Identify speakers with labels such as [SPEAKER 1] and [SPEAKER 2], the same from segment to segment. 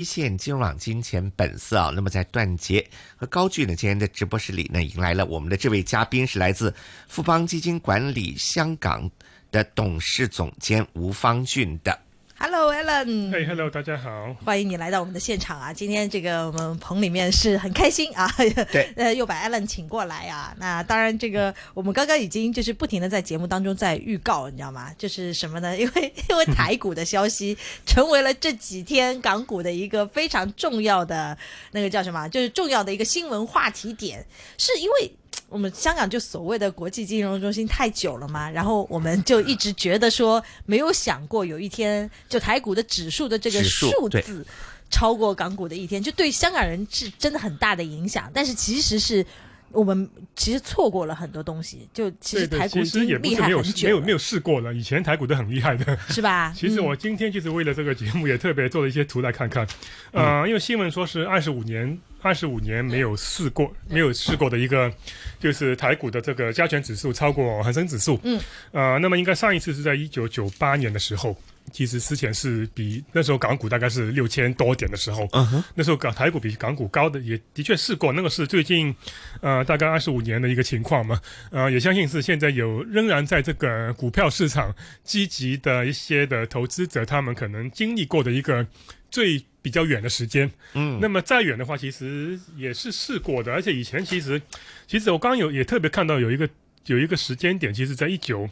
[SPEAKER 1] 一线金融网金钱本色啊，那么在段杰和高聚呢，今天的直播室里呢，迎来了我们的这位嘉宾，是来自富邦基金管理香港的董事总监吴方俊的。
[SPEAKER 2] Hello Alan，
[SPEAKER 3] h e l l o 大家好。
[SPEAKER 2] 欢迎你来到我们的现场啊！今天这个我们棚里面是很开心啊，
[SPEAKER 1] 对，
[SPEAKER 2] 呃，又把 Alan 请过来啊。那当然，这个我们刚刚已经就是不停的在节目当中在预告，你知道吗？就是什么呢？因为 因为台股的消息成为了这几天港股的一个非常重要的那个叫什么？就是重要的一个新闻话题点，是因为。我们香港就所谓的国际金融中心太久了嘛，然后我们就一直觉得说没有想过有一天就台股的指数的这个
[SPEAKER 1] 指数
[SPEAKER 2] 数
[SPEAKER 1] 对
[SPEAKER 2] 字超过港股的一天，就对香港人是真的很大的影响。但是其实是我们其实错过了很多东西，就其
[SPEAKER 3] 对
[SPEAKER 2] 实
[SPEAKER 3] 对，
[SPEAKER 2] 台股
[SPEAKER 3] 其
[SPEAKER 2] 已
[SPEAKER 3] 实也
[SPEAKER 2] 经
[SPEAKER 3] 不
[SPEAKER 2] 厉
[SPEAKER 3] 是
[SPEAKER 2] 害
[SPEAKER 3] 没有
[SPEAKER 2] 很
[SPEAKER 3] 没
[SPEAKER 2] 久
[SPEAKER 3] 有
[SPEAKER 2] 了，
[SPEAKER 3] 没有试过了，以前台股都很厉害的。
[SPEAKER 2] 是吧？
[SPEAKER 3] 其实
[SPEAKER 2] 嗯
[SPEAKER 3] 我今天就是为了这个节目，也特别做了一些图来看看。
[SPEAKER 2] 嗯
[SPEAKER 3] 呃，因为新闻说是二十五年，二十五年没有试过，没有试过的一个，就是台股的这个加权指数超过恒生指数。
[SPEAKER 2] 嗯。
[SPEAKER 3] 呃，那么应该上一次是在一九九八年的时候，其实之前是比那时候港股大概是六千多点的时候。
[SPEAKER 1] 嗯哼，
[SPEAKER 3] 那时候港台股比港股高的也的确试过，那个是最近，呃，大概二十五年的一个情况嘛，呃，也相信是现在有仍然在这个股票市场积极的一些的投资者，他们可能经历过的一个最比较远的时间。
[SPEAKER 1] 嗯，
[SPEAKER 3] 那么再远的话，其实也是试过的，而且以前其实，其实我刚刚有也特别看到有一个有一个时间点，其实在一九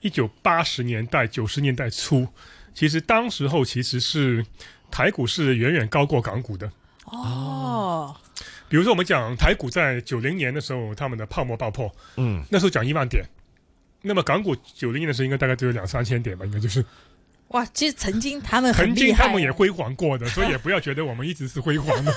[SPEAKER 3] 一九八十年代九十年代初，其实当时候其实是台股是远远高过港股的。
[SPEAKER 2] 哦，
[SPEAKER 3] 比如说我们讲台股在九零年的时候，他们的泡沫爆破，
[SPEAKER 1] 嗯，
[SPEAKER 3] 那时候讲一万点。那么港股九零年的时候，应该大概只有两三千点吧，应该就是
[SPEAKER 2] 哇！其实曾经他们很
[SPEAKER 3] 曾
[SPEAKER 2] 厉
[SPEAKER 3] 经
[SPEAKER 2] 害，啊
[SPEAKER 3] 他们也辉煌过的，所以也不要觉得我们一直是辉煌的。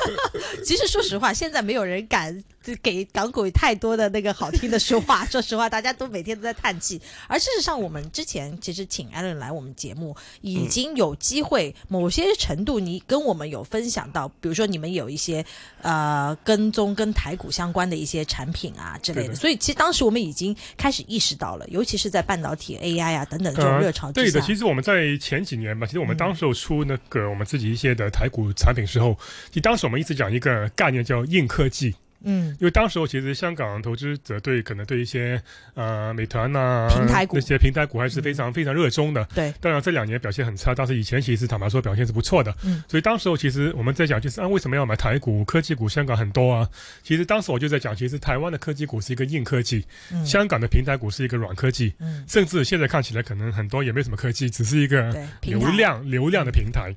[SPEAKER 2] 其实说实话，现在没有人敢给港股太多的那个好听的说话。 说实话，大家都每天都在叹气。而事实上，我们之前其实请 Allen 来我们节目，已
[SPEAKER 3] 嗯
[SPEAKER 2] 经有机会，某些程度你跟我们有分享到，比如说你们有一些呃跟踪跟台股相关的一些产品啊之类
[SPEAKER 3] 对
[SPEAKER 2] 的。
[SPEAKER 3] 的
[SPEAKER 2] 所以其实当时我们已经开始意识到了，尤其是在半导体、AI 啊等等这种热潮之
[SPEAKER 3] 呃对
[SPEAKER 2] 下。
[SPEAKER 3] 的，其实我们在前几年吧，其实我
[SPEAKER 2] 嗯
[SPEAKER 3] 们当时有出那个我们自己一些的台股产品时候，其实当时我们一直讲一个概念叫硬科技，
[SPEAKER 2] 嗯，
[SPEAKER 3] 因为当时候其实香港投资者对可能对一些呃美团呐、
[SPEAKER 2] 平台股嗯
[SPEAKER 3] 那些平台股还是非常、非常热衷的。
[SPEAKER 2] 对，
[SPEAKER 3] 当然这两年表现很差，但是以前其实坦白说表现是不错的。
[SPEAKER 2] 嗯，
[SPEAKER 3] 所以当时候其实我们在讲就是啊为什么要买台股、科技股，香港很多啊。其实当时我就在讲，其实台湾的科技股是一个硬科技，
[SPEAKER 2] 嗯
[SPEAKER 3] 香港的平台股是一个软科技，
[SPEAKER 2] 嗯，
[SPEAKER 3] 甚至现在看起来可能很多也没什么科技，只是一个
[SPEAKER 2] 对，平
[SPEAKER 3] 呃流
[SPEAKER 2] 台嗯
[SPEAKER 3] 量流量的平台，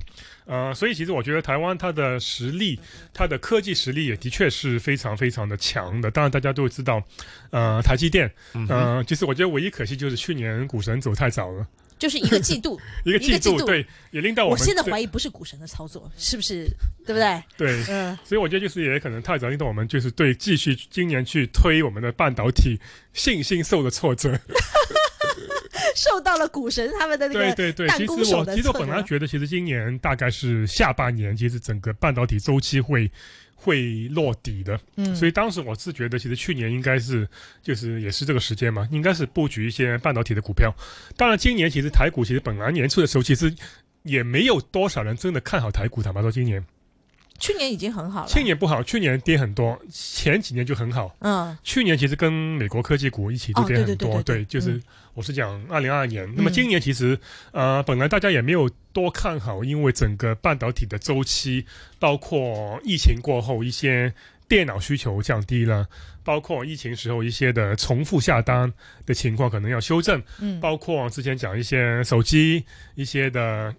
[SPEAKER 3] 呃，所以其实我觉得台湾它的实力，它的科技实力也的确是非常非常的强的。当然大家都知道，呃，台积电，
[SPEAKER 1] 嗯哼
[SPEAKER 3] 呃，其实我觉得唯一可惜就是去年股神走太早了，
[SPEAKER 2] 就是一个季度。
[SPEAKER 3] 一个
[SPEAKER 2] 一个
[SPEAKER 3] 季
[SPEAKER 2] 季
[SPEAKER 3] 度，
[SPEAKER 2] 度
[SPEAKER 3] 对，也令到
[SPEAKER 2] 我
[SPEAKER 3] 我们
[SPEAKER 2] 现在
[SPEAKER 3] 对
[SPEAKER 2] 怀疑不是股神的操作，是不 是？对不对？
[SPEAKER 3] 对。
[SPEAKER 2] 嗯，
[SPEAKER 3] 所以我觉得就是也可能太早令到我们就是对继续今年去推我们的半导体信心受了挫折。
[SPEAKER 2] 受到了股神他们的那
[SPEAKER 3] 对
[SPEAKER 2] 个
[SPEAKER 3] 对对，
[SPEAKER 2] 弹
[SPEAKER 3] 其实
[SPEAKER 2] 弓手
[SPEAKER 3] 我
[SPEAKER 2] 的
[SPEAKER 3] 其实我
[SPEAKER 2] 策
[SPEAKER 3] 本
[SPEAKER 2] 略
[SPEAKER 3] 来觉得，其实今年大概是下半年，其实整个半导体周期会会落底的。
[SPEAKER 2] 嗯
[SPEAKER 3] 所以当时我是觉得，其实去年应该是就是也是这个时间嘛，应该是布局一些半导体的股票。当然，今年其实台股其实本来年初的时候，其实也没有多少人真的看好台股。坦白说，今年
[SPEAKER 2] 去年已经很好了。
[SPEAKER 3] 去年不好，去年跌很多，前几年就很好。
[SPEAKER 2] 嗯
[SPEAKER 3] 去年其实跟美国科技股一起都跌
[SPEAKER 2] 哦
[SPEAKER 3] 很
[SPEAKER 2] 对对对
[SPEAKER 3] 多，
[SPEAKER 2] 对对
[SPEAKER 3] 就是
[SPEAKER 2] 嗯
[SPEAKER 3] 我是讲二零二二年。那么今年其实呃，本来大家也没有多看好，因为整个半导体的周期，包括疫情过后一些电脑需求降低了，包括疫情时候一些的重复下单的情况可能要修正，
[SPEAKER 2] 嗯
[SPEAKER 3] 包括之前讲一些手机一些的。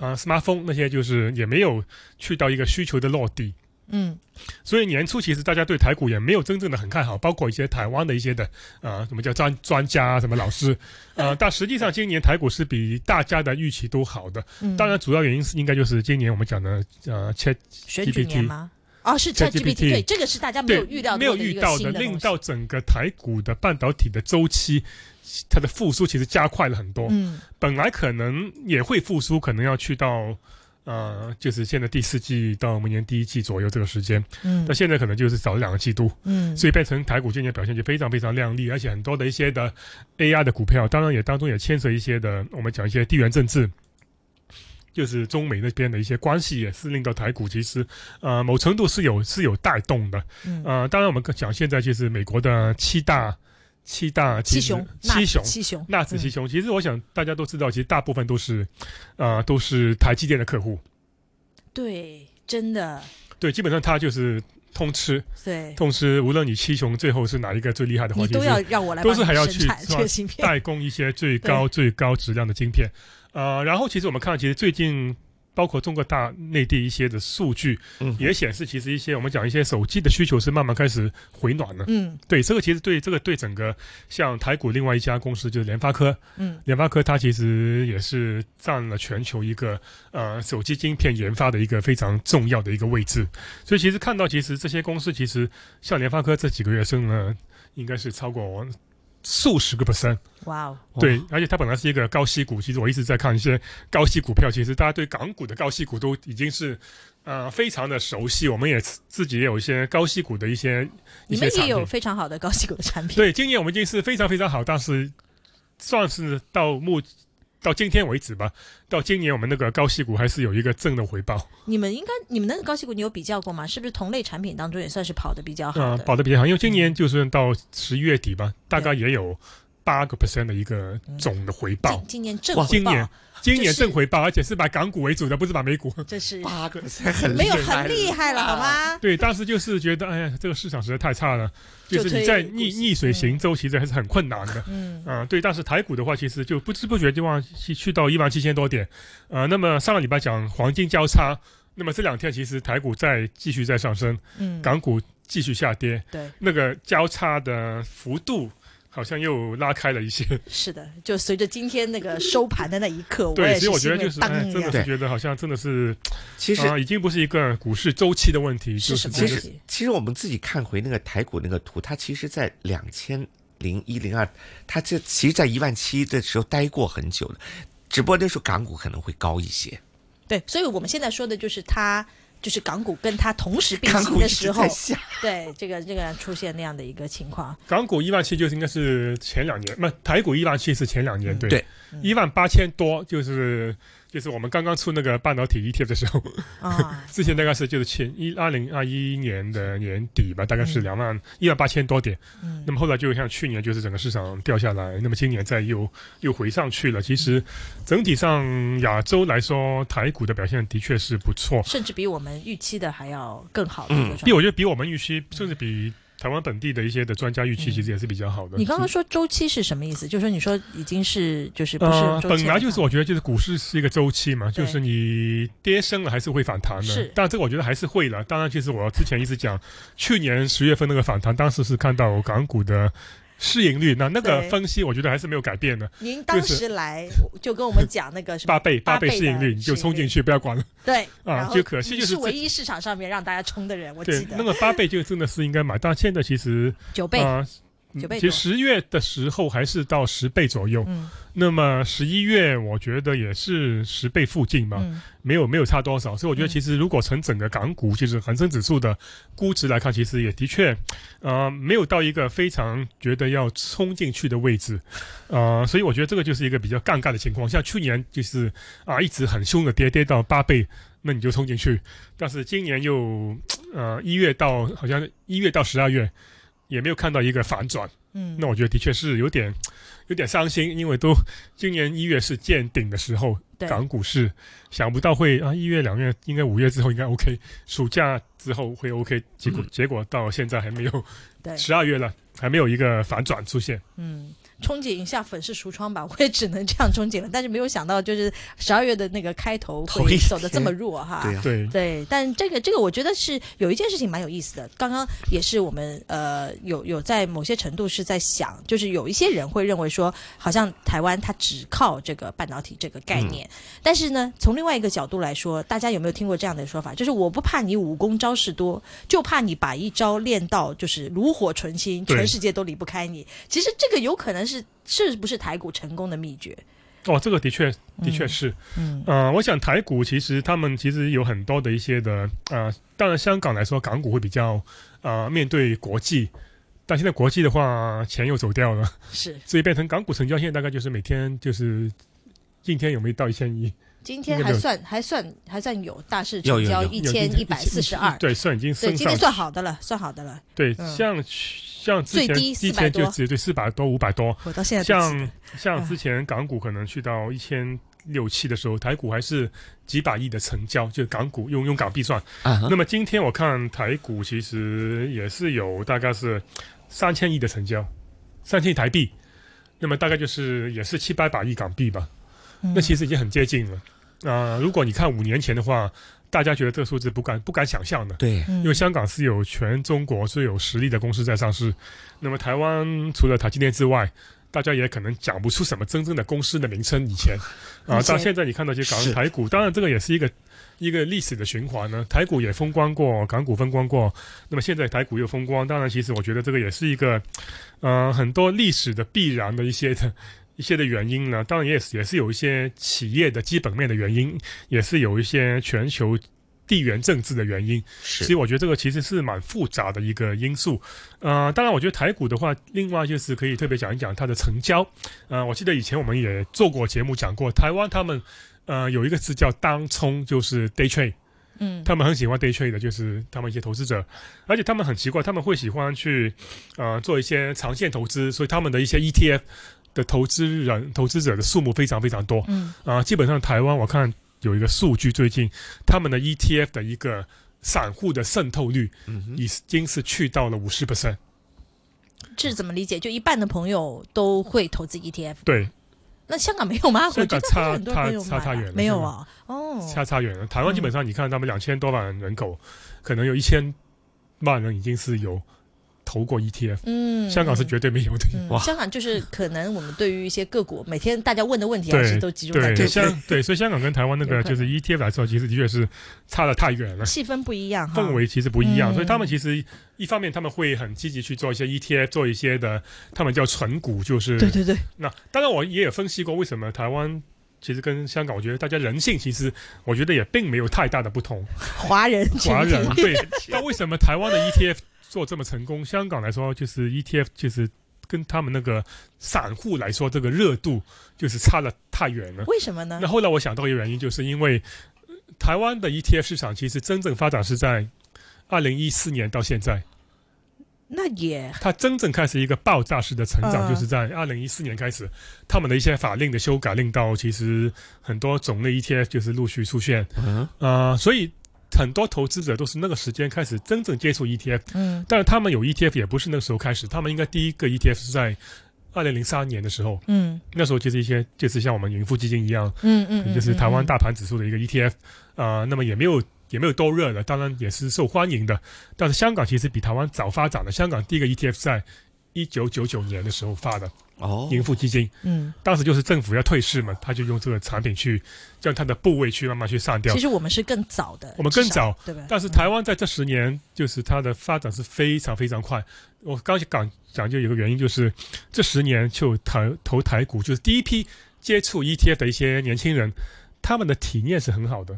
[SPEAKER 3] 啊、s m a r t p h o n e 那些就是也没有去到一个需求的落地，
[SPEAKER 2] 嗯
[SPEAKER 3] 所以年初其实大家对台股也没有真正的很看好，包括一些台湾的一些的呃什么叫专专家啊，什么老师， 呃，但实际上今年台股是比大家的预期都好的。
[SPEAKER 2] 嗯，
[SPEAKER 3] 当然，主要原因是应该就是今年我们讲的呃 Chat
[SPEAKER 2] 选举年吗？哦，是
[SPEAKER 3] ChatGPT
[SPEAKER 2] ChatGPT，对，这个是大家没
[SPEAKER 3] 对
[SPEAKER 2] 有预料
[SPEAKER 3] 没
[SPEAKER 2] 到
[SPEAKER 3] 有
[SPEAKER 2] 的
[SPEAKER 3] 遇
[SPEAKER 2] 一个
[SPEAKER 3] 到
[SPEAKER 2] 新
[SPEAKER 3] 的，
[SPEAKER 2] 的东
[SPEAKER 3] 令
[SPEAKER 2] 西
[SPEAKER 3] 到整个台股的半导体的周期，它的复苏其实加快了很多。
[SPEAKER 2] 嗯
[SPEAKER 3] 本来可能也会复苏，可能要去到呃就是现在第四季到明年第一季左右这个时间，
[SPEAKER 2] 嗯
[SPEAKER 3] 那现在可能就是少了两个季度。
[SPEAKER 2] 嗯，
[SPEAKER 3] 所以变成台股今年表现就非常非常亮丽，而且很多的一些的 AI 的股票，当然也当中也牵扯一些的，我们讲一些地缘政治。就是中美那边的一些关系，也是令到台股其实呃某程度是有是有带动的。
[SPEAKER 2] 嗯
[SPEAKER 3] 呃，当然我们讲现在就是美国的七大七大
[SPEAKER 2] 七
[SPEAKER 3] 其实
[SPEAKER 2] 雄，
[SPEAKER 3] 七雄
[SPEAKER 2] 七雄，
[SPEAKER 3] 纳指七
[SPEAKER 2] 嗯
[SPEAKER 3] 雄，其实我想大家都知道，其实大部分都是，呃，都是台积电的客户。
[SPEAKER 2] 对，真的
[SPEAKER 3] 对，基本上它就是通吃，
[SPEAKER 2] 对，
[SPEAKER 3] 通吃。无论你七雄最后是哪一个最厉害的话，
[SPEAKER 2] 你
[SPEAKER 3] 就
[SPEAKER 2] 都
[SPEAKER 3] 是
[SPEAKER 2] 要让我来
[SPEAKER 3] 都
[SPEAKER 2] 帮
[SPEAKER 3] 是还要
[SPEAKER 2] 你
[SPEAKER 3] 去
[SPEAKER 2] 生产这
[SPEAKER 3] 是
[SPEAKER 2] 个
[SPEAKER 3] 吧
[SPEAKER 2] 芯 片，
[SPEAKER 3] 代工一些最高最高质量的晶片。呃，然后其实我们看，其实最近包括中国大内地一些的数据，
[SPEAKER 1] 嗯
[SPEAKER 3] 也显示其实一些我们讲一些手机的需求是慢慢开始回暖了。
[SPEAKER 2] 嗯
[SPEAKER 3] 对，这个其实对这个对整个像台股另外一家公司就是联发科，
[SPEAKER 2] 嗯，
[SPEAKER 3] 联发科它其实也是占了全球一个呃手机晶片研发的一个非常重要的一个位置，所以其实看到其实这些公司其实像联发科这几个月升了，应该是超过数十个 percent，
[SPEAKER 2] 哇哦，
[SPEAKER 3] 对，而且它本来是一个高息股，其实我一直在看一些高息股票，其实大家对港股的高息股都已经是呃非常的熟悉，我们也自己也有一些高息股的一些一
[SPEAKER 2] 你
[SPEAKER 3] 些
[SPEAKER 2] 们
[SPEAKER 3] 产
[SPEAKER 2] 也
[SPEAKER 3] 品。
[SPEAKER 2] 有非常好的高息股的产品，
[SPEAKER 3] 对，今年我们已经是非常非常好，但是算是到目到今天为止吧，到今年我们那个高息股还是有一个正的回报，
[SPEAKER 2] 你们应该你们那个高息股你有比较过吗？是不是同类产品当中也算是跑的比较好
[SPEAKER 3] 嗯、
[SPEAKER 2] 的？
[SPEAKER 3] 跑得比较好，因为今年就是到十一月底吧，大概也
[SPEAKER 2] 嗯
[SPEAKER 3] 有八个 percent 的一个总的回报
[SPEAKER 2] 今。今年嗯正
[SPEAKER 1] 哇
[SPEAKER 2] 回
[SPEAKER 3] 今
[SPEAKER 2] 报，
[SPEAKER 3] 年今
[SPEAKER 2] 就
[SPEAKER 3] 年
[SPEAKER 2] 是
[SPEAKER 3] 正回报，而且是把港股为主的，不是把美股。
[SPEAKER 2] 这是
[SPEAKER 1] 八个很
[SPEAKER 2] 没有
[SPEAKER 1] 厉害
[SPEAKER 2] 很厉害了好吗？
[SPEAKER 3] 对，当时就是觉得，哎呀，这个市场实在太差了，
[SPEAKER 2] 就
[SPEAKER 3] 就是
[SPEAKER 2] 推
[SPEAKER 3] 你在
[SPEAKER 2] 股嗯
[SPEAKER 3] 逆
[SPEAKER 2] 市
[SPEAKER 3] 逆水行舟，其实还是很困难的。
[SPEAKER 2] 嗯，
[SPEAKER 3] 啊、对，但是台股的话，其实就不知不觉就往去去到一万七千多点，呃，那么上个礼拜讲黄金交叉，那么这两天其实台股在继续在上升，
[SPEAKER 2] 嗯，
[SPEAKER 3] 港股继续下跌，
[SPEAKER 2] 对，
[SPEAKER 3] 那个交叉的幅度好像又拉开了一 些，
[SPEAKER 2] 是的，就随着今天那个收盘的那一刻，
[SPEAKER 3] 对，
[SPEAKER 2] 也
[SPEAKER 3] 所以我觉
[SPEAKER 2] 心
[SPEAKER 3] 得
[SPEAKER 2] 里
[SPEAKER 3] 就是，
[SPEAKER 2] 当
[SPEAKER 3] 哎，
[SPEAKER 2] 一
[SPEAKER 3] 真的
[SPEAKER 2] 样
[SPEAKER 3] 是觉得好像真的是，
[SPEAKER 1] 其实
[SPEAKER 3] 啊、已经不是一个股市周期的问题，
[SPEAKER 2] 是
[SPEAKER 3] 就是
[SPEAKER 2] 什么
[SPEAKER 1] 其
[SPEAKER 3] 觉
[SPEAKER 2] 问
[SPEAKER 3] 得
[SPEAKER 1] 实
[SPEAKER 2] 题
[SPEAKER 1] 其实我们自己看回那个台股那个图，它其实在两千零一零二，它这其实在一万七的时候待过很久了，只不过那时候港股可能会高一些，
[SPEAKER 2] 对，所以我们现在说的就是它，就是港股跟它同时并
[SPEAKER 1] 港
[SPEAKER 2] 行
[SPEAKER 1] 股一
[SPEAKER 2] 的
[SPEAKER 1] 直
[SPEAKER 2] 时候
[SPEAKER 1] 在，下。
[SPEAKER 2] 对这个这个出现那样的一个情况，
[SPEAKER 3] 港股一万七就是应该是前两年，不，台股一万七是前
[SPEAKER 2] 嗯
[SPEAKER 3] 两年，对
[SPEAKER 1] 对
[SPEAKER 3] 一万八千多就是就是我们刚刚出那个半导体 ETF 的时候，，
[SPEAKER 2] 啊
[SPEAKER 3] 之前大 概是就是前一二零二一年的年底吧，大概是
[SPEAKER 2] 嗯
[SPEAKER 3] 两万一万八千多点。
[SPEAKER 2] 嗯
[SPEAKER 3] 那么后来就像去年就是整个市场掉下来，那么今年再又又回上去了。其实整体上亚洲来说，台股的表现的确是不错，
[SPEAKER 2] 甚至比我们预期的还要更好的一个状
[SPEAKER 3] 嗯比
[SPEAKER 2] 态。
[SPEAKER 3] 我觉得比我们预期，甚至比台湾本地的一些的专家预期，其实也是比较好的。
[SPEAKER 2] 你刚刚说周期是什么意思？就是说你说已经是就是不是
[SPEAKER 3] 呃，
[SPEAKER 2] 周期
[SPEAKER 3] 本来
[SPEAKER 2] 了
[SPEAKER 3] 就是
[SPEAKER 2] 嘛
[SPEAKER 3] 我觉得就是股市是一个周期嘛，
[SPEAKER 2] 对
[SPEAKER 3] 就是你跌升了还是会反弹的。
[SPEAKER 2] 是
[SPEAKER 3] 但这个我觉得还是会了。当然，其实我之前一直讲，去年十月份那个反弹，当时是看到港股的市盈率，那那个
[SPEAKER 2] 对
[SPEAKER 3] 分析我觉得还是没有改变的，
[SPEAKER 2] 您当
[SPEAKER 3] 就是
[SPEAKER 2] 时来就跟我们讲那个什
[SPEAKER 3] 八
[SPEAKER 2] 么
[SPEAKER 3] 倍
[SPEAKER 2] 八
[SPEAKER 3] 倍
[SPEAKER 2] 倍
[SPEAKER 3] 市盈
[SPEAKER 2] 的
[SPEAKER 3] 率你就
[SPEAKER 2] 市盈
[SPEAKER 3] 冲进
[SPEAKER 2] 率
[SPEAKER 3] 去，不要管了。
[SPEAKER 2] 对
[SPEAKER 3] 啊
[SPEAKER 2] 然后
[SPEAKER 3] 就可惜
[SPEAKER 2] 你
[SPEAKER 3] 就是是
[SPEAKER 2] 唯
[SPEAKER 3] 这
[SPEAKER 2] 一市场上面让大家冲的人，我记
[SPEAKER 3] 对，那
[SPEAKER 2] 得
[SPEAKER 3] 个八倍就真的是应该买，但现在其实
[SPEAKER 2] 九倍，
[SPEAKER 3] 啊。嗯
[SPEAKER 2] 九倍
[SPEAKER 3] 其实
[SPEAKER 2] 多
[SPEAKER 3] 十月的时候还是到十倍左右，
[SPEAKER 2] 嗯
[SPEAKER 3] 那么十一月我觉得也是十倍附近吧。
[SPEAKER 2] 嗯
[SPEAKER 3] 没有没有差多少，所以我觉得
[SPEAKER 2] 嗯
[SPEAKER 3] 其实如果从整个港股，就是恒生指数的估值来看，其实也的确，呃，没有到一个非常觉得要冲进去的位置，呃，所以我觉得这个就是一个比较尴尬的情况。像去年就是啊、一直很凶的跌，跌到八倍，那你就冲进去，但是今年又呃一月到好像一月到十二月也没有看到一个反转，
[SPEAKER 2] 嗯，
[SPEAKER 3] 那我觉得的确是有点有点伤心，因为都今年一月是见顶的时候，
[SPEAKER 2] 对
[SPEAKER 3] 港股市想不到会啊一月两月应该五月之后应该 OK，暑假之后会 OK，结果、结果到现在还没有
[SPEAKER 2] 嗯对，
[SPEAKER 3] 十二月了，还没有一个反转出现。
[SPEAKER 2] 嗯，憧憬一下粉饰橱窗吧，我也只能这样憧憬了。但是没有想到，就是十二月的那个开头
[SPEAKER 1] 头一
[SPEAKER 2] 会
[SPEAKER 1] 天
[SPEAKER 2] 走的这么弱哈。
[SPEAKER 1] 对啊，
[SPEAKER 3] 对，
[SPEAKER 2] 对，但这个这个，我觉得是有一件事情蛮有意思的。刚刚也是我们呃有有在某些程度是在想，就是有一些人会认为说，好像台湾它只靠这个半导体这个
[SPEAKER 3] 嗯
[SPEAKER 2] 概念。但是呢，从另外一个角度来说，大家有没有听过这样的说法？就是我不怕你武功招式多，就怕你把一招练到就是炉火纯青，
[SPEAKER 3] 对
[SPEAKER 2] 全世界都离不开你。其实这个有可能是是不是台股成功的秘诀？
[SPEAKER 3] 哦，这个的确的确是，
[SPEAKER 2] 嗯
[SPEAKER 3] 呃，我想台股其实他们其实有很多的一些的，呃，当然香港来说，港股会比较，呃，面对国际，但现在国际的话，钱又走掉了。
[SPEAKER 2] 是
[SPEAKER 3] 所以变成港股成交线大概就是每天就是今天有没有到一千一，
[SPEAKER 2] 今天
[SPEAKER 3] 应该
[SPEAKER 2] 还
[SPEAKER 3] 没有
[SPEAKER 2] 算还算还算有大市
[SPEAKER 1] 有
[SPEAKER 2] 成
[SPEAKER 1] 有
[SPEAKER 2] 交
[SPEAKER 1] 有
[SPEAKER 2] 一千一百四十二，
[SPEAKER 3] 对，算已经
[SPEAKER 2] 对，
[SPEAKER 3] 升
[SPEAKER 2] 今
[SPEAKER 3] 上
[SPEAKER 2] 天算好的了，算好的了。
[SPEAKER 3] 对，
[SPEAKER 2] 嗯
[SPEAKER 3] 像像之
[SPEAKER 2] 最
[SPEAKER 3] 前
[SPEAKER 2] 低
[SPEAKER 3] 之
[SPEAKER 2] 400
[SPEAKER 3] 前就
[SPEAKER 2] 多
[SPEAKER 3] 直接对四百多五百多，
[SPEAKER 2] 我到现在都记得
[SPEAKER 3] 像
[SPEAKER 2] 嗯
[SPEAKER 3] 像之前港股可能去到一千六七的时候，台股还是几百亿的成交，就是港股用用港币算。
[SPEAKER 1] 啊哈
[SPEAKER 3] 那么今天我看台股其实也是有大概是三千亿的成交，三千亿台币，那么大概就是也是七八百亿港币吧。
[SPEAKER 2] 嗯
[SPEAKER 3] 那其实已经很接近了。啊、如果你看五年前的话，大家觉得这个数字不敢不敢想象的。
[SPEAKER 1] 对，啊
[SPEAKER 2] 嗯
[SPEAKER 3] 因为香港是有全中国最有实力的公司在上市，那么台湾除了台积电之外，大家也可能讲不出什么真正的公司的名称。以前啊
[SPEAKER 2] 以，前
[SPEAKER 3] 到现在你看到一些
[SPEAKER 1] 是
[SPEAKER 3] 港台股，当然这个也是一个一个历史的循环呢。台股也风光过，港股风光过，那么现在台股又风光。当然，其实我觉得这个也是一个呃很多历史的必然的一些的。 一些的原因呢，当然也是也是有一些企业的基本面的原因，也是有一些全球地缘政治的原因。
[SPEAKER 1] 是
[SPEAKER 3] 所以我觉得这个其实是蛮复杂的一个因素。呃，当然，我觉得台股的话，另外就是可以特别讲一讲它的成交。呃，我记得以前我们也做过节目讲过，台湾他们呃有一个词叫当冲，就是 day trade。
[SPEAKER 2] 嗯
[SPEAKER 3] 他们很喜欢 day trade 的，就是他们一些投资者，而且他们很奇怪，他们会喜欢去呃做一些长线投资，所以他们的一些 ETF 的投资人、投资者的数目非常非常多。
[SPEAKER 2] 嗯
[SPEAKER 3] 啊、基本上台湾我看有一个数据，最近他们的 ETF 的一个散户的渗透率
[SPEAKER 1] 嗯哼
[SPEAKER 3] 已经是去到了五十 percent。
[SPEAKER 2] 这怎么理解？就一半的朋友都会投资 ETF，
[SPEAKER 3] 对，
[SPEAKER 2] 那香港没有吗？我
[SPEAKER 3] 香
[SPEAKER 2] 觉
[SPEAKER 3] 港
[SPEAKER 2] 得
[SPEAKER 3] 差
[SPEAKER 2] 还是很多朋友
[SPEAKER 3] 差
[SPEAKER 2] 买
[SPEAKER 3] 差
[SPEAKER 2] 吧
[SPEAKER 3] 远了
[SPEAKER 2] 没有
[SPEAKER 3] 香
[SPEAKER 2] 啊？哦，
[SPEAKER 3] 差差远了。台湾基本上你看，他们两千多万人口，
[SPEAKER 2] 嗯
[SPEAKER 3] 可能有一千万人已经是有投过 ETF，
[SPEAKER 2] 嗯，
[SPEAKER 3] 香港是绝对没有 的。
[SPEAKER 2] 嗯
[SPEAKER 1] 哇
[SPEAKER 2] 香港就是可能我们对于一些个股，每天大家问的问题还是都集中在
[SPEAKER 3] 对，
[SPEAKER 2] 个
[SPEAKER 3] 香
[SPEAKER 2] 股，
[SPEAKER 3] 对，所以香港跟台湾那
[SPEAKER 2] 有
[SPEAKER 3] 个
[SPEAKER 2] 可
[SPEAKER 3] 就是 ETF 来说，其实的确是差的太远了。
[SPEAKER 2] 气氛不一样哈。
[SPEAKER 3] 氛围其实不一样，
[SPEAKER 2] 嗯
[SPEAKER 3] 所以他们其实一方面他们会很积极去做一些 ETF，做一些的他们叫纯股，就是
[SPEAKER 2] 对对对，
[SPEAKER 3] 那当然，我也有分析过为什么台湾其实跟香港，我觉得大家人性其实我觉得也并没有太大的不同。
[SPEAKER 2] 华人群体
[SPEAKER 3] 华人对，那为什么台湾的 ETF 做这么成功？香港来说，就是 ETF 就是跟他们那个散户来说，这个热度就是差的太远了。
[SPEAKER 2] 为什么呢
[SPEAKER 3] 那？后来我想到一个原因，就是因为呃台湾的 ETF 市场其实真正发展是在二零一四年到现在，
[SPEAKER 2] 那也
[SPEAKER 3] 它真正开始一个爆炸式的成长，
[SPEAKER 2] 嗯
[SPEAKER 3] 就是在二零一四年开始，他们的一些法令的修改令到其实很多种类 ETF 就是陆续出现，
[SPEAKER 1] 嗯
[SPEAKER 3] 呃，所以很多投资者都是那个时间开始真正接触 ETF，
[SPEAKER 2] 嗯
[SPEAKER 3] 但是他们有 ETF 也不是那个时候开始，他们应该第一个 ETF 是在二零零三年的时候，
[SPEAKER 2] 嗯
[SPEAKER 3] 那时候就是一些就是像我们盈富基金一样，
[SPEAKER 2] 嗯嗯嗯，
[SPEAKER 3] 就是台湾
[SPEAKER 2] 嗯
[SPEAKER 3] 大盘指数的一个 ETF，啊、呃那么也没有也没有多热了，当然也是受欢迎的。但是香港其实比台湾早发展的，香港第一个 E ETF 在一九九九年的时候发的
[SPEAKER 1] 哦，
[SPEAKER 3] 盈富基金，
[SPEAKER 2] 嗯，
[SPEAKER 3] 当时就是政府要退市嘛，他就用这个产品去让它的部位去慢慢去散掉
[SPEAKER 2] 其。实我们是更早的，
[SPEAKER 3] 我们更
[SPEAKER 2] 至少
[SPEAKER 3] 早，
[SPEAKER 2] 对吧？
[SPEAKER 3] 但是台湾在这十年，就是它的发展是非常非常快。我刚讲讲就有个原因，就是这十年就台投台股，就是第一批接触 ETF 的一些年轻人，他们的体验是很好的。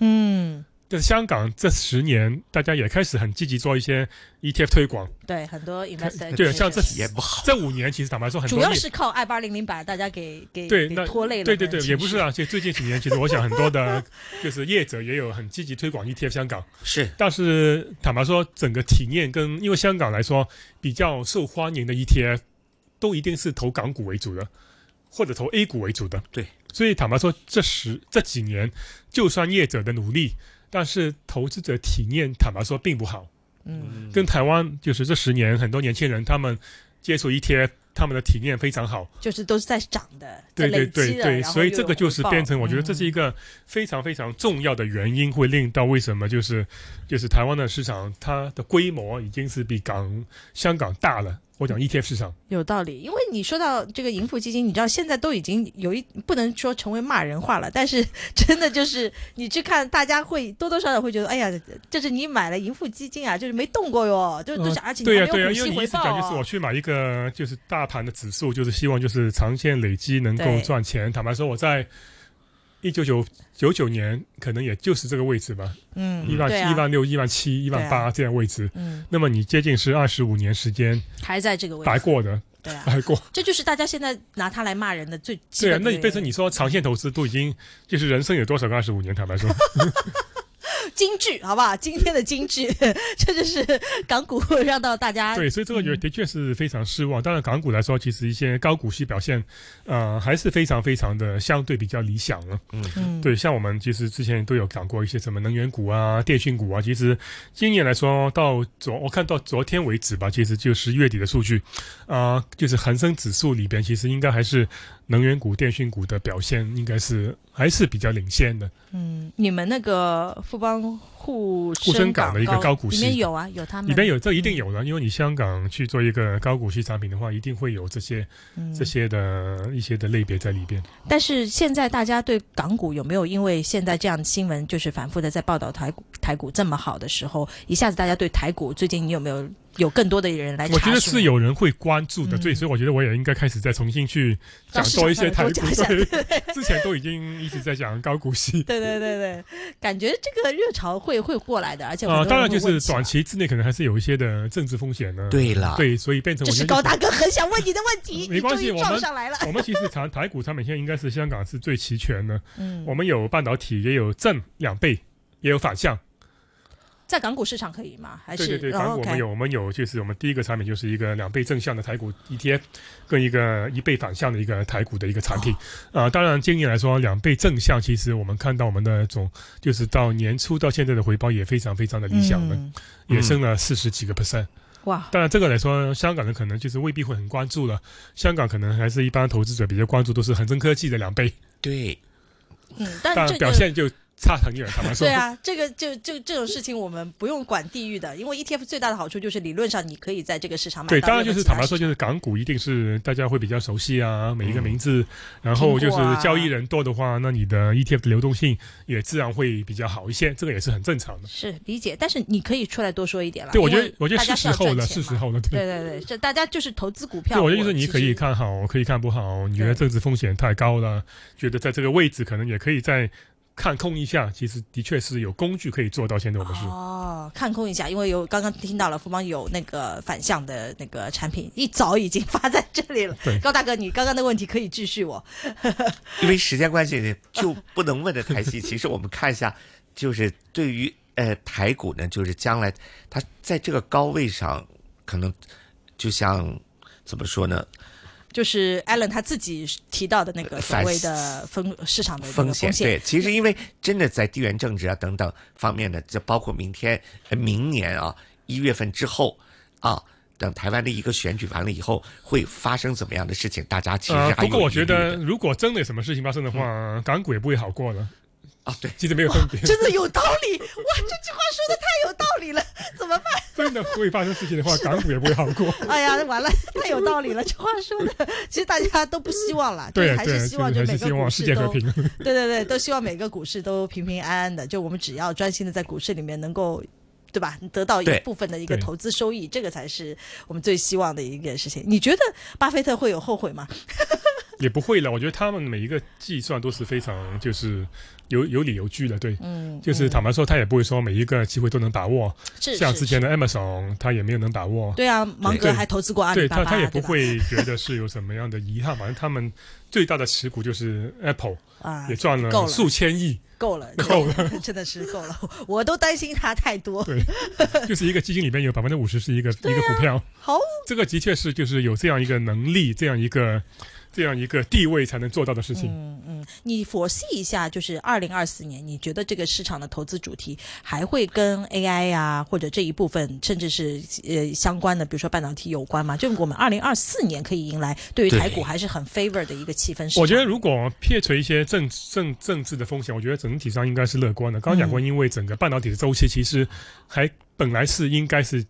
[SPEAKER 2] 嗯，
[SPEAKER 3] 但是香港这十年，大家也开始很积极做一些 ETF 推广。
[SPEAKER 2] 对，很多 investor
[SPEAKER 3] 对像这
[SPEAKER 1] 体验不好，
[SPEAKER 3] 这五年其实坦白说，很
[SPEAKER 2] 主
[SPEAKER 3] 多
[SPEAKER 2] 要
[SPEAKER 3] 业
[SPEAKER 2] 是靠爱八零零把大家给给
[SPEAKER 3] 对
[SPEAKER 2] 给
[SPEAKER 3] 那
[SPEAKER 2] 拖累了，
[SPEAKER 3] 对对对，也不是，啊。其实最近几年，其实我想很多的，就是业者也有很积极推广 ETF 香港。
[SPEAKER 1] 是
[SPEAKER 3] 但是坦白说，整个体验跟因为香港来说比较受欢迎的 ETF，都一定是投港股为主的，或者投 A 股为主的。
[SPEAKER 1] 对，
[SPEAKER 3] 所以坦白说，这十这几年，就算业者的努力，但是投资者体验坦白说并不好。
[SPEAKER 2] 嗯
[SPEAKER 3] 跟台湾就是这十年很多年轻人他们接触 ETF，他们的体验非常好。
[SPEAKER 2] 就是都是在涨的，
[SPEAKER 3] 对
[SPEAKER 2] 在
[SPEAKER 3] 对
[SPEAKER 2] 累积
[SPEAKER 3] 对
[SPEAKER 2] 的
[SPEAKER 3] 对，
[SPEAKER 2] 然后
[SPEAKER 3] 所以
[SPEAKER 2] 又
[SPEAKER 3] 这
[SPEAKER 2] 有
[SPEAKER 3] 个就是
[SPEAKER 2] 回报嗯
[SPEAKER 3] 变成，我觉得这是一个非常非常重要的原因，会令到为什么就是就是台湾的市场它的规模已经是比港香港大了。
[SPEAKER 2] 嗯
[SPEAKER 3] 我讲 ETF 市场，
[SPEAKER 2] 有道理，因为你说到这个盈富基金，你知道现在都已经有一不能说成为骂人话了，但是真的就是你去看，大家会多多少少会觉得，哎呀，这是你买了盈富基金啊，就是没动过哟，就是都是、啊而且你
[SPEAKER 3] 对呀、
[SPEAKER 2] 还没
[SPEAKER 3] 对呀、
[SPEAKER 2] 有股息
[SPEAKER 3] 因为你
[SPEAKER 2] 回
[SPEAKER 3] 一直
[SPEAKER 2] 报、
[SPEAKER 3] 讲就是
[SPEAKER 2] 啊
[SPEAKER 3] 我去买一个就是大盘的指数，就是希望就是长线累积能够
[SPEAKER 2] 对
[SPEAKER 3] 赚钱。坦白说，我在一九九九九年可能也就是这个位置吧，
[SPEAKER 2] 嗯，
[SPEAKER 3] 一万
[SPEAKER 2] 对
[SPEAKER 3] 一
[SPEAKER 2] 啊，
[SPEAKER 3] 万六、一万七、一万
[SPEAKER 2] 对啊
[SPEAKER 3] 八这样位置。
[SPEAKER 2] 嗯，
[SPEAKER 3] 那么你接近是二十五年时间
[SPEAKER 2] 还在这个位
[SPEAKER 3] 白
[SPEAKER 2] 置，
[SPEAKER 3] 过的，
[SPEAKER 2] 对啊，
[SPEAKER 3] 来过。
[SPEAKER 2] 这就是大家现在拿它来骂人的最基
[SPEAKER 3] 对啊
[SPEAKER 2] 本，的
[SPEAKER 3] 那你
[SPEAKER 2] 原
[SPEAKER 3] 变成
[SPEAKER 2] 因
[SPEAKER 3] 你说长线投资都已经就是人生有多少个二十五年？坦白说，
[SPEAKER 2] 京剧好不好？今天的京剧， 这就是港股让到大家
[SPEAKER 3] 对，所以这个也的确是非常失望。当然，港股来说，其实一些高股息表现，呃，还是非常非常的相对比较理想了。
[SPEAKER 2] 嗯
[SPEAKER 3] 对，像我们其实之前都有讲过一些什么能源股啊、电讯股啊，其实今年来说到昨我看到昨天为止吧，其实就十一月底的数据，啊、就是恒生指数里边其实应该还是能源股、电讯股的表现应该是还是比较领先的。
[SPEAKER 2] 嗯，你们那个富邦护
[SPEAKER 3] 沪深港
[SPEAKER 2] 港
[SPEAKER 3] 的一个高股息
[SPEAKER 2] 里面有啊，有他们
[SPEAKER 3] 里边有这一定有的，因为你香港去做一个高股息产品的话，一定会有这些
[SPEAKER 2] 嗯
[SPEAKER 3] 这些的一些的类别在里边。
[SPEAKER 2] 但是现在大家对港股有没有因为现在这样新闻就是反复的在报道台股台股这么好的时候，一下子大家对台股最近你有没有有更多的人来查
[SPEAKER 3] 我
[SPEAKER 2] 询？
[SPEAKER 3] 觉得是有人会关注的，
[SPEAKER 2] 嗯
[SPEAKER 3] 对，所以我觉得我也应该开始再重新去
[SPEAKER 2] 到
[SPEAKER 3] 讲
[SPEAKER 2] 市
[SPEAKER 3] 多 一
[SPEAKER 2] 场上
[SPEAKER 3] 些台
[SPEAKER 2] 来
[SPEAKER 3] 股
[SPEAKER 2] 多讲。一下。
[SPEAKER 3] 之前都已经一直在讲高股息
[SPEAKER 2] 对对对对，感觉这个热潮会会过来的，而且很
[SPEAKER 3] 啊、
[SPEAKER 2] 多人
[SPEAKER 3] 当然
[SPEAKER 2] 会
[SPEAKER 3] 就是
[SPEAKER 2] 问起
[SPEAKER 3] 短
[SPEAKER 2] 来
[SPEAKER 3] 期之内可能还是有一些的政治风险呢。
[SPEAKER 1] 对了，
[SPEAKER 3] 对，所以变成
[SPEAKER 2] 这
[SPEAKER 3] 我觉
[SPEAKER 2] 是
[SPEAKER 3] 得
[SPEAKER 2] 高大哥很想问你的问题，
[SPEAKER 3] 没关系
[SPEAKER 2] 你终于
[SPEAKER 3] 我
[SPEAKER 2] 撞
[SPEAKER 3] 们
[SPEAKER 2] 上来了。
[SPEAKER 3] 我们其实产台股产品线应该是香港是最齐全的，
[SPEAKER 2] 嗯，
[SPEAKER 3] 我们有半导体，也有正两倍，也有反向。
[SPEAKER 2] 在港股市场可以吗？还
[SPEAKER 3] 对
[SPEAKER 2] 是
[SPEAKER 3] 对
[SPEAKER 2] 哦
[SPEAKER 3] 对，反正我
[SPEAKER 2] OK
[SPEAKER 3] 们有我们有就是我们第一个产品就是一个两倍正向的台股 ETF，跟一个一倍反向的一个台股的一个产品。啊、当然今年来说，两倍正向其实我们看到我们的总就是到年初到现在的回报也非常非常的理想的，
[SPEAKER 2] 嗯
[SPEAKER 3] 也升了四十几个 percent。
[SPEAKER 2] 哇，
[SPEAKER 3] 当然，这个来说，香港人可能就是未必会很关注了。香港可能还是一般投资者比较关注，都是恒生科技的两倍，
[SPEAKER 1] 对，
[SPEAKER 2] 嗯，但
[SPEAKER 3] 但
[SPEAKER 2] 这个
[SPEAKER 3] 表现就差很远。坦白说，
[SPEAKER 2] 对啊，这个就就这种事情我们不用管地域的，因为 ETF 最大的好处就是理论上你可以在这个市场买到
[SPEAKER 3] 对，
[SPEAKER 2] 任何其他
[SPEAKER 3] 当
[SPEAKER 2] 市场。
[SPEAKER 3] 然就是坦白说，就是港股一定是大家会比较熟悉啊，每一个名字，然后就
[SPEAKER 2] 听
[SPEAKER 3] 是
[SPEAKER 2] 过啊
[SPEAKER 3] 交易人多的话，那你的 ETF 的流动性也自然会比较好一些，这个也是很正常的。
[SPEAKER 2] 是理解，但是你可以出来多说一点了。
[SPEAKER 3] 对，我觉
[SPEAKER 2] 因
[SPEAKER 3] 得
[SPEAKER 2] 为
[SPEAKER 3] 我觉得
[SPEAKER 2] 大家是
[SPEAKER 3] 是时
[SPEAKER 2] 要
[SPEAKER 3] 候
[SPEAKER 2] 赚
[SPEAKER 3] 了，
[SPEAKER 2] 钱
[SPEAKER 3] 是时
[SPEAKER 2] 嘛。
[SPEAKER 3] 候了，对。
[SPEAKER 2] 对对对，这大家就是投资股票。
[SPEAKER 3] 对，我觉得就是你
[SPEAKER 2] 其实
[SPEAKER 3] 可以看好，可以看不好。你觉得
[SPEAKER 2] 对
[SPEAKER 3] 政治风险太高了，觉得在这个位置可能也可以再看空一下。其实的确是有工具可以做到。现在我们是，
[SPEAKER 2] 哦，看空一下，因为有刚刚听到了富邦有那个反向的那个产品，一早已经发在这里 了
[SPEAKER 3] 对。
[SPEAKER 2] 高大哥，你刚刚的问题可以继续我。
[SPEAKER 1] 因为时间关系 就不能问的太细。其实我们看一下，就是对于呃台股呢，就是将来它在这个高位上，可能就像怎么说呢，
[SPEAKER 2] 就是 Allen 他自己提到的那个所谓的风市场的那个
[SPEAKER 1] 风
[SPEAKER 3] 哎
[SPEAKER 2] 险，
[SPEAKER 1] 险对，其实因为真的在地缘政治啊等等方面呢，就包括明天、呃明年啊一月份之后啊。等台湾的一个选举完了以后，会发生怎么样的事情？大家其实
[SPEAKER 3] 呃，
[SPEAKER 1] 还
[SPEAKER 3] 不过
[SPEAKER 1] 有
[SPEAKER 3] 我
[SPEAKER 1] 疑虑
[SPEAKER 3] 觉
[SPEAKER 1] 的
[SPEAKER 3] 得如果真的有什么事情发生的
[SPEAKER 2] 嗯
[SPEAKER 3] 话，港股也不会好过了。
[SPEAKER 1] 啊，对，
[SPEAKER 3] 其实没有分别，
[SPEAKER 2] 真的有道理，哇，这句话说的太有道理了， 怎么办？
[SPEAKER 3] 真的会发生事情的 话，港股也不会好过。
[SPEAKER 2] 哎呀，完了，太有道理了，这话说的，其实大家都不希望了，
[SPEAKER 3] 对啊
[SPEAKER 2] 还
[SPEAKER 3] 对，
[SPEAKER 2] 是希望
[SPEAKER 3] 就
[SPEAKER 2] 就是
[SPEAKER 3] 还
[SPEAKER 2] 每
[SPEAKER 3] 是希
[SPEAKER 2] 个
[SPEAKER 3] 望
[SPEAKER 2] 股
[SPEAKER 3] 世
[SPEAKER 2] 市
[SPEAKER 3] 界和
[SPEAKER 2] 都，
[SPEAKER 3] 平。
[SPEAKER 2] 对对对，都希望每个股市都平平安安的，就我们只要专心的在股市里面能够。对吧？得到一
[SPEAKER 1] 对
[SPEAKER 2] 部分的一个
[SPEAKER 3] 对
[SPEAKER 2] 投资收益，这个才是我们最希望的一个事情。你觉得巴菲特会有后悔吗？
[SPEAKER 3] 也不会了，我觉得他们每一个计算都是非常就是有有理有据的，对，
[SPEAKER 2] 嗯，
[SPEAKER 3] 就是坦白说，他也不会说每一个机会都能把握，
[SPEAKER 2] 是
[SPEAKER 3] 像
[SPEAKER 2] 是
[SPEAKER 3] 之前的 Amazon，他也没有能把握，
[SPEAKER 2] 对啊，芒格
[SPEAKER 3] 对
[SPEAKER 2] 还投资过阿里
[SPEAKER 3] 对
[SPEAKER 2] 巴
[SPEAKER 3] 他
[SPEAKER 2] 巴，
[SPEAKER 3] 他也不
[SPEAKER 2] 吧
[SPEAKER 3] 会觉得是有什么样的遗憾，反正他们最大的持股就是 Apple，
[SPEAKER 2] 啊
[SPEAKER 3] 也，赚
[SPEAKER 2] 够
[SPEAKER 3] 了
[SPEAKER 2] 了
[SPEAKER 3] 数千亿，
[SPEAKER 2] 够了，
[SPEAKER 3] 够
[SPEAKER 2] 了，真的是够了，我都担心他太多。
[SPEAKER 3] 对，就是一个基金里面有百分之五十是一个一
[SPEAKER 2] 啊
[SPEAKER 3] 个股票，
[SPEAKER 2] 好，
[SPEAKER 3] 这个的确是就是有这样一个能力，这样一个这样一个地位才能做到的事情。
[SPEAKER 2] 嗯嗯，你佛系一下，就是二零二四年，你觉得这个市场的投资主题还会跟 AI 啊，或者这一部分，甚至是呃相关的，比如说半导体有关吗？就我们二零二四年可以迎来对于
[SPEAKER 1] 对
[SPEAKER 2] 台股还是很 favor 的一个气氛市场。
[SPEAKER 3] 我觉得如果撇除一些政政政治的风险，我觉得整体上应该是乐观的。刚刚讲过，
[SPEAKER 2] 嗯
[SPEAKER 3] 因为整个半导体的周期其实还本来是应该是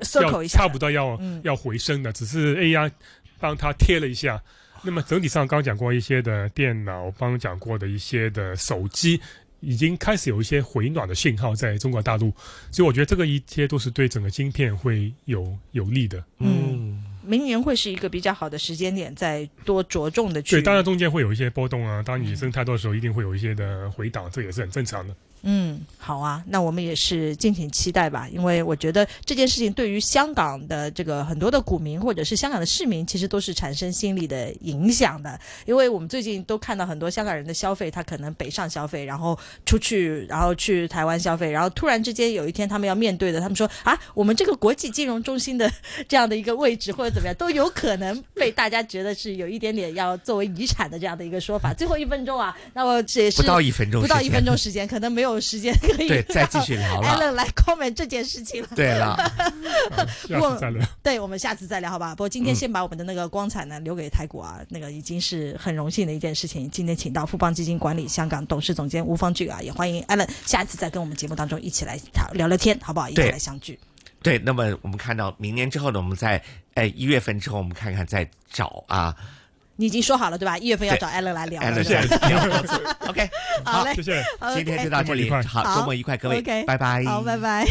[SPEAKER 2] circle
[SPEAKER 3] 要
[SPEAKER 2] 一下
[SPEAKER 3] 差不多要、
[SPEAKER 2] 嗯
[SPEAKER 3] 要回升的，只是 AI 帮它贴了一下。那么整体上，刚刚讲过一些的电脑，刚刚讲过的一些的手机，已经开始有一些回暖的信号在中国大陆，所以我觉得这个一切都是对整个晶片会有有利的。
[SPEAKER 1] 嗯，
[SPEAKER 2] 明年会是一个比较好的时间点，再多着重的去。嗯
[SPEAKER 3] 对，当然中间会有一些波动啊，当你升太多的时候，一定会有一些的回档，这也是很正常的。
[SPEAKER 2] 嗯，好啊，那我们也是敬请期待吧，因为我觉得这件事情对于香港的这个很多的股民或者是香港的市民，其实都是产生心理的影响的。因为我们最近都看到很多香港人的消费，他可能北上消费，然后出去，然后去台湾消费，然后突然之间有一天他们要面对的，他们说啊，我们这个国际金融中心的这样的一个位置或者怎么样，都有可能被大家觉得是有一点点要作为遗产的这样的一个说法。最后一分钟啊，那我也是
[SPEAKER 1] 不到一分钟，
[SPEAKER 2] 不到一分钟，时间，可能没有时间可以
[SPEAKER 1] 对，再继 续聊
[SPEAKER 2] 让
[SPEAKER 1] 了。
[SPEAKER 2] Alan 来 comment 这件事情了。
[SPEAKER 1] 对了，
[SPEAKER 3] 啊下次再聊。
[SPEAKER 2] 对，我们下次再聊，好吧？不过今
[SPEAKER 1] 嗯
[SPEAKER 2] 天先把我们的那个光彩呢留给台股啊，那个已经是很荣幸的一件事情。今天请到富邦基金管理香港董事总监吴方俊啊，也欢迎 Alan 下次再跟我们节目当中一起来讨聊聊天，好不好？一起
[SPEAKER 1] 对
[SPEAKER 2] 来相聚。
[SPEAKER 1] 对，那么我们看到明年之后呢，我们在呃一月份之后，我们看看再找啊
[SPEAKER 2] 你已经说好了对吧？一月份要找 Alan 来聊
[SPEAKER 1] a l
[SPEAKER 2] 了，
[SPEAKER 1] e
[SPEAKER 2] 是吧
[SPEAKER 1] OK，
[SPEAKER 2] 好嘞
[SPEAKER 3] 谢谢。
[SPEAKER 1] 今天就
[SPEAKER 2] OK，
[SPEAKER 1] 到这里，
[SPEAKER 3] 好
[SPEAKER 1] 好，周末愉快，各位，
[SPEAKER 2] OK，
[SPEAKER 1] 拜拜，
[SPEAKER 2] 好，拜拜。